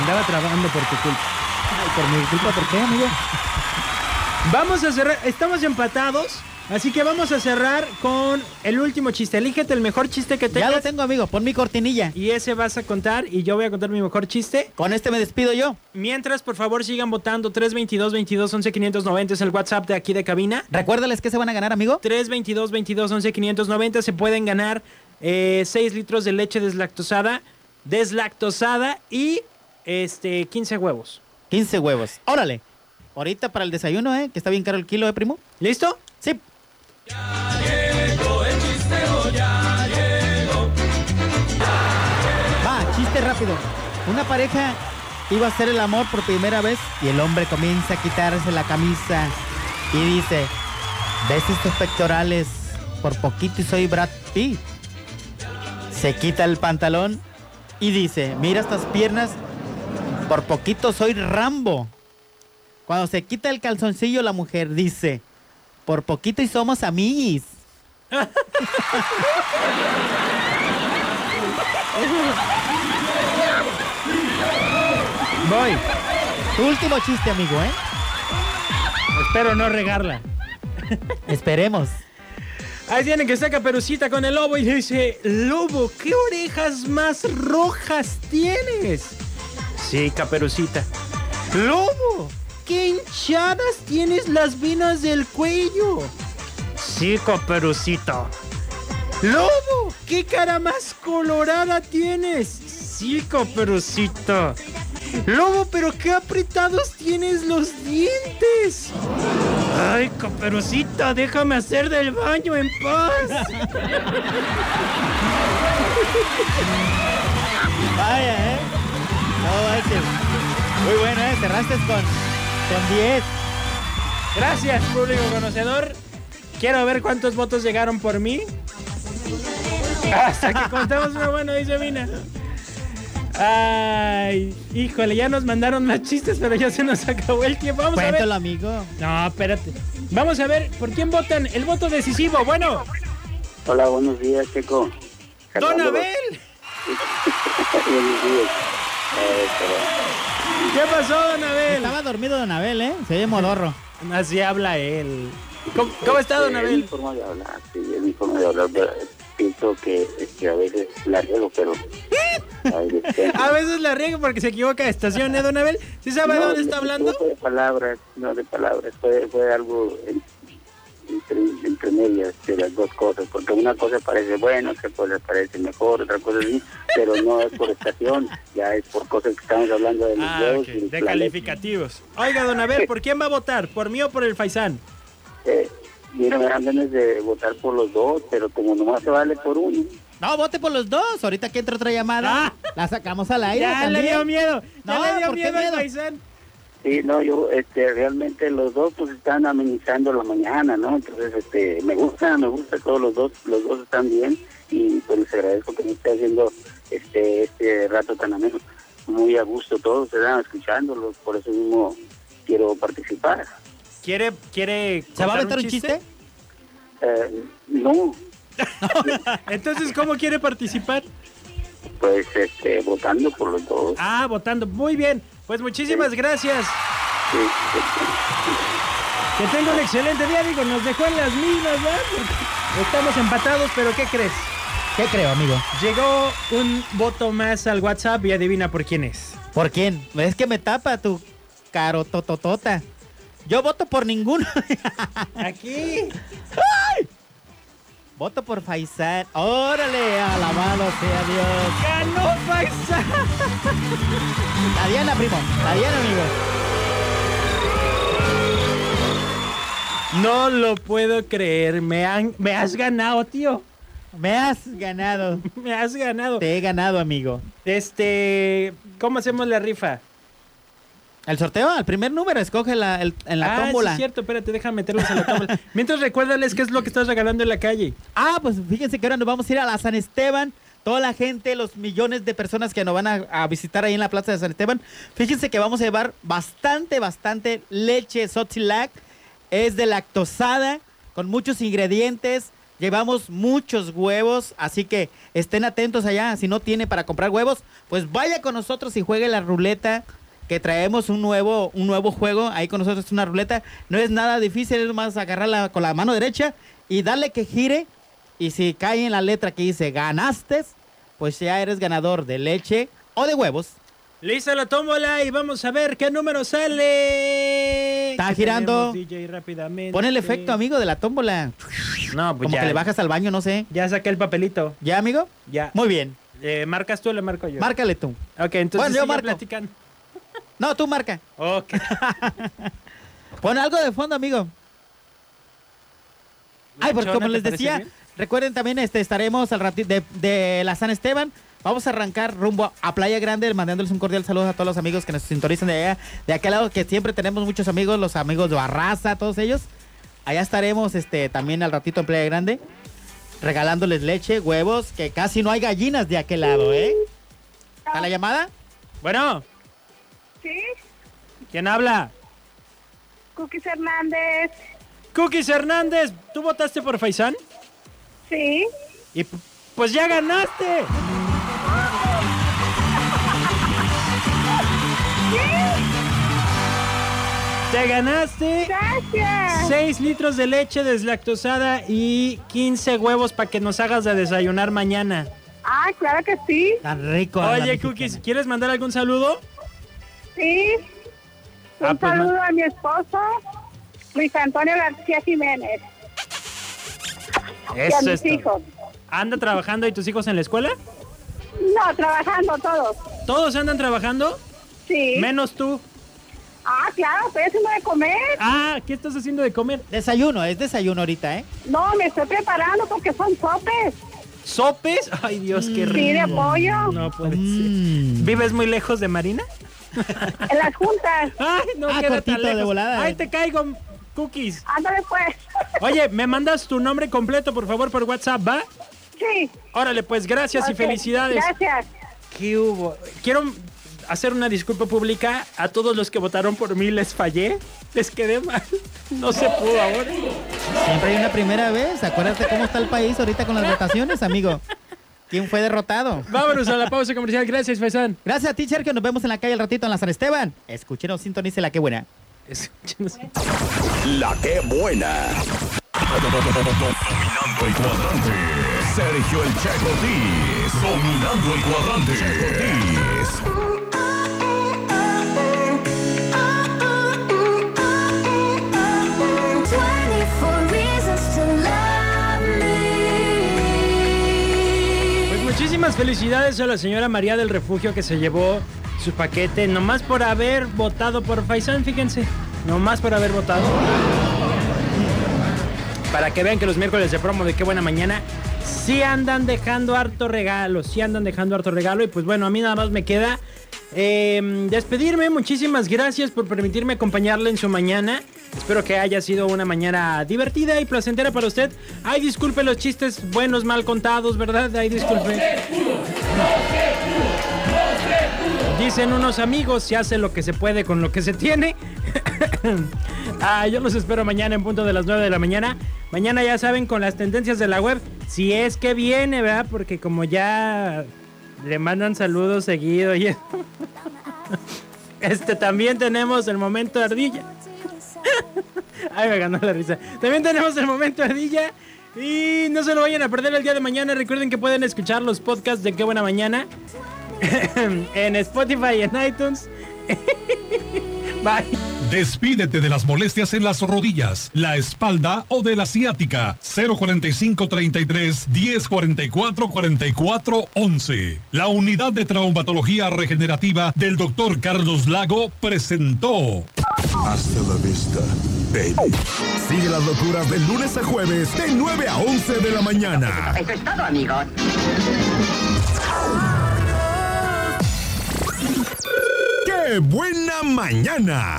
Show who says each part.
Speaker 1: estaba trabajando por tu culpa. Ay, por mi culpa, ¿por qué, amigo? Vamos a cerrar, estamos empatados, así que vamos a cerrar con el último chiste. Elígete el mejor chiste que
Speaker 2: Ya
Speaker 1: tengas.
Speaker 2: lo tengo, amigo. Pon mi cortinilla.
Speaker 1: Y ese vas a contar y yo voy a contar mi mejor chiste.
Speaker 2: Con este me despido yo.
Speaker 1: Mientras, por favor, sigan votando. 322 22 11 590 es el WhatsApp de aquí de cabina.
Speaker 2: Recuérdales que se van a ganar, amigo.
Speaker 1: 322 22 11 590 se pueden ganar 6 litros de leche deslactosada, deslactosada y este 15 huevos.
Speaker 2: 15 huevos. Órale. Ahorita para el desayuno, ¿eh? Que está bien caro el kilo, ¿eh, primo?
Speaker 1: ¿Listo?
Speaker 2: Sí. Va, chiste rápido. Una pareja iba a hacer el amor por primera vez y el hombre comienza a quitarse la camisa y dice, ¿ves estos pectorales? Por poquito y soy Brad Pitt. Se quita el pantalón y dice, mira estas piernas, por poquito soy Rambo. Cuando se quita el calzoncillo la mujer dice, por poquito y somos amiguis.
Speaker 1: Voy.
Speaker 2: Tu último chiste, amigo, ¿eh?
Speaker 1: Espero no regarla.
Speaker 2: Esperemos.
Speaker 1: Ahí tienen que está Caperucita con el lobo y le dice, Lobo, ¿qué orejas más rojas tienes? Sí, Caperucita. Lobo, ¿qué hinchadas tienes las venas del cuello? Sí, Caperucita. Lobo, ¿qué cara más colorada tienes? Sí, Caperucita. Lobo, pero qué apretados tienes los dientes. Ay, caperucita, déjame hacer del baño en paz.
Speaker 2: Vaya, ¿eh? No manches. Muy bueno, ¿eh? Cerraste con, con 10.
Speaker 1: Gracias, público conocedor. Quiero ver cuántos votos llegaron por mí. Hasta que contamos una buena, dice Mina. Ay, híjole, ya nos mandaron más chistes, pero ya se nos acabó el tiempo. Vamos a ver.
Speaker 2: Cuéntalo, amigo.
Speaker 1: No, espérate. Vamos a ver por quién votan. El voto decisivo. Bueno,
Speaker 3: Hola, buenos días, Checo.
Speaker 1: Don
Speaker 3: Fernando.
Speaker 1: Abel.
Speaker 3: buenos días. Eh, pero-
Speaker 1: ¿Qué pasó, Don Abel?
Speaker 2: Estaba dormido Don Abel, ¿eh? Se oye modorro.
Speaker 1: Así habla él. ¿Cómo, cómo está, Don
Speaker 3: Eh,
Speaker 1: Abel?
Speaker 3: Mi forma de hablar, sí, es mi forma de hablar. pero Pienso que, que a veces la riego, pero...
Speaker 1: ¿Eh?
Speaker 3: Ay, dispensa.
Speaker 1: A veces la riego porque se equivoca de estación, ¿eh, Don Abel? ¿Sí sabe de
Speaker 3: No,
Speaker 1: dónde está
Speaker 3: no,
Speaker 1: hablando?
Speaker 3: No fue de palabras, no de palabras, fue, fue algo en- entre, entre medias de las dos cosas, porque una cosa parece bueno, otra cosa parece mejor, otra cosa sí, pero no es por estación, ya es por cosas que estamos hablando de los
Speaker 1: Ah,
Speaker 3: huevos
Speaker 1: ok,
Speaker 3: y los
Speaker 1: de
Speaker 3: planes.
Speaker 1: calificativos. Oiga, Don Abel, ¿por quién va a votar? ¿Por mí o por el Faisán?
Speaker 3: Eh, mira, me dan ganas de votar por los dos, pero como nomás se vale por uno,
Speaker 2: No, vote por los dos. Ahorita que entra otra llamada,
Speaker 1: Ah.
Speaker 2: la sacamos al aire.
Speaker 1: Ya le
Speaker 2: también.
Speaker 1: dio miedo. Ya
Speaker 2: No,
Speaker 1: le dio
Speaker 2: ¿por qué
Speaker 1: miedo al
Speaker 2: miedo?
Speaker 1: Faisán.
Speaker 3: sí, no, yo, este, realmente los dos pues están amenizando la mañana, ¿no? Entonces, este, me gusta, me gusta todos los dos, los dos están bien y pues les agradezco que me esté haciendo este, este rato tan ameno. Muy a gusto todos, se dan escuchándolos, por eso mismo quiero participar.
Speaker 1: ¿Quiere, quiere
Speaker 2: ¿Se va a aventar
Speaker 1: contar
Speaker 2: un chiste?
Speaker 3: Eh, no,
Speaker 1: Entonces, ¿cómo quiere participar?
Speaker 3: pues, este, votando por los dos.
Speaker 1: Ah, votando. Muy bien. Pues muchísimas gracias.
Speaker 3: Sí, sí.
Speaker 1: Que tenga un excelente día. Digo, nos dejó en las mismas, ¿verdad? Estamos empatados, pero ¿qué crees?
Speaker 2: ¿Qué creo, amigo?
Speaker 1: Llegó un voto más al WhatsApp y adivina por quién es.
Speaker 2: ¿Por quién? Es que me tapa tu carotototota. Yo voto por ninguno.
Speaker 1: Aquí.
Speaker 2: voto por Faisal. Órale, alabado sea Dios.
Speaker 1: ¡Ganó Faisán!
Speaker 2: La Diana, primo. La Diana, amigo.
Speaker 1: No lo puedo creer. Me, han, me has ganado, tío.
Speaker 2: Me has ganado.
Speaker 1: Me has ganado.
Speaker 2: Te he ganado, amigo.
Speaker 1: Este. ¿Cómo hacemos la rifa?
Speaker 2: El sorteo, al primer número, escoge la, el- en la
Speaker 1: ah, sí
Speaker 2: tómbola.
Speaker 1: es cierto. Espérate, déjame meterlos en la tómbola. Mientras recuérdales qué es lo que estás regalando en la calle.
Speaker 2: Ah, pues fíjense que ahora nos vamos a ir a la San Esteban. Toda la gente, los millones de personas que nos van a, a visitar ahí en la Plaza de San Esteban. Fíjense que vamos a llevar bastante, bastante leche Sotzilac. Es de lactosada, con muchos ingredientes. Llevamos muchos huevos, así que estén atentos allá. Si no tiene para comprar huevos, pues vaya con nosotros y juegue la ruleta que traemos un nuevo, un nuevo juego. Ahí con nosotros es una ruleta. No es nada difícil, es más agarrarla con la mano derecha y darle que gire. Y si cae en la letra que dice ganaste, pues ya eres ganador de leche o de huevos.
Speaker 1: Lista la tómbola y vamos a ver qué número sale.
Speaker 2: Está
Speaker 1: ¿Qué
Speaker 2: girando.
Speaker 1: tenemos, DJ, rápidamente.
Speaker 2: Pon el efecto, amigo, de la tómbola.
Speaker 1: No, pues
Speaker 2: Como
Speaker 1: ya.
Speaker 2: que le bajas al baño, no sé.
Speaker 1: Ya saqué el papelito.
Speaker 2: ¿Ya, amigo?
Speaker 1: Ya.
Speaker 2: Muy bien.
Speaker 1: Eh, ¿Marcas tú o le marco yo?
Speaker 2: Márcale tú.
Speaker 1: Ok, entonces
Speaker 2: Bueno, yo
Speaker 1: sigue
Speaker 2: marco.
Speaker 1: platicando.
Speaker 2: No, tú marca.
Speaker 1: Ok.
Speaker 2: Pon algo de fondo, amigo. Ay, porque
Speaker 1: Chona,
Speaker 2: como
Speaker 1: ¿te
Speaker 2: les
Speaker 1: parece
Speaker 2: decía,
Speaker 1: bien?
Speaker 2: recuerden también, este, estaremos al ratito de, de la San Esteban. Vamos a arrancar rumbo a Playa Grande, mandándoles un cordial saludo a todos los amigos que nos sintonizan de allá, de aquel lado que siempre tenemos muchos amigos, los amigos de Barraza, todos ellos. Allá estaremos este, también al ratito en Playa Grande, regalándoles leche, huevos, que casi no hay gallinas de aquel lado, ¿eh? ¿Está la llamada?
Speaker 1: Bueno,
Speaker 4: Sí,
Speaker 1: ¿quién habla?
Speaker 4: Cookies Hernández.
Speaker 1: Cookies Hernández, ¿tú votaste por Faisán?
Speaker 4: Sí.
Speaker 1: Y p- pues ya ganaste. Te ganaste
Speaker 4: Gracias.
Speaker 1: 6 litros de leche deslactosada y 15 huevos para que nos hagas de desayunar mañana.
Speaker 4: Ah, claro que sí.
Speaker 2: Tan rico. la
Speaker 1: Oye,
Speaker 2: mexicana.
Speaker 1: Cookies, ¿quieres mandar algún saludo?
Speaker 4: Sí. Un
Speaker 1: Ah, pues,
Speaker 4: saludo a mi esposo, Luis Antonio García Jiménez. y a mis
Speaker 1: todo.
Speaker 4: hijos.
Speaker 1: ¿Anda trabajando y tus hijos en la escuela?
Speaker 4: No, trabajando todos.
Speaker 1: ¿Todos andan trabajando?
Speaker 4: Sí.
Speaker 1: Menos tú.
Speaker 4: ah, claro, estoy haciendo de comer.
Speaker 1: Ah, ¿qué estás haciendo de comer?
Speaker 2: Desayuno, es desayuno ahorita, ¿eh?
Speaker 4: No, me estoy preparando porque son sopes.
Speaker 1: ¿Sopes? Ay, Dios, qué rico.
Speaker 4: Sí, de pollo.
Speaker 1: No puede
Speaker 2: Mm.
Speaker 1: ser. ¿Vives muy lejos de Marina?
Speaker 4: En las juntas.
Speaker 1: Ay, no
Speaker 2: Ah,
Speaker 1: queda
Speaker 2: cortito,
Speaker 1: tan lejos.
Speaker 2: de volada.
Speaker 1: Ay, te caigo, cookies.
Speaker 4: Ándale pues.
Speaker 1: Oye, ¿me mandas tu nombre completo, por favor, por WhatsApp, va?
Speaker 4: sí.
Speaker 1: Órale, pues, gracias
Speaker 4: ok,
Speaker 1: y felicidades.
Speaker 4: Gracias.
Speaker 1: ¿Qué hubo? Quiero hacer una disculpa pública a todos los que votaron por mí. Les fallé. Les quedé mal. No se pudo ahora.
Speaker 2: Siempre hay una primera vez. Acuérdate cómo está el país ahorita con las votaciones, amigo. ¿Quién fue derrotado?
Speaker 1: Vámonos a la pausa comercial. Gracias, Faisán.
Speaker 2: Gracias a ti, Sergio. Nos vemos en la calle al ratito en la San Esteban. Escúchenos, sintonice la que buena.
Speaker 1: Escúchenos.
Speaker 5: La que buena. Dominando el cuadrante. Sergio el Checo Diz. Dominando el cuadrante. Checo Diz.
Speaker 1: Pues muchísimas felicidades a la señora María del Refugio que se llevó su paquete nomás por haber votado por Faisán, fíjense. Nomás por haber votado. Para que vean que los miércoles de promo de qué buena mañana sí andan dejando harto regalo, sí andan dejando harto regalo. Y pues bueno, a mí nada más me queda eh, despedirme. Muchísimas gracias por permitirme acompañarle en su mañana. Espero que haya sido una mañana divertida y placentera para usted. Ay, disculpe los chistes buenos, mal contados, ¿verdad? Ay, disculpe. Dicen unos amigos, se hace lo que se puede con lo que se tiene. ah, yo los espero mañana en punto de las 9 de la mañana. Mañana ya saben con las tendencias de la web, si es que viene, ¿verdad? Porque como ya le mandan saludos seguido y este también tenemos el momento ardilla. Ay, me ganó la risa. También tenemos el momento ardilla. Y no se lo vayan a perder el día de mañana. Recuerden que pueden escuchar los podcasts de Qué Buena Mañana en Spotify, en iTunes. Bye.
Speaker 6: Despídete de las molestias en las rodillas, la espalda o de la ciática. 045 33 1044 44 11. La unidad de traumatología regenerativa del doctor Carlos Lago presentó.
Speaker 5: Hasta la vista, baby. Sigue las locuras de lunes a jueves de 9 a 11 de la mañana.
Speaker 7: Eso es todo, amigos.
Speaker 5: ¡Qué buena mañana!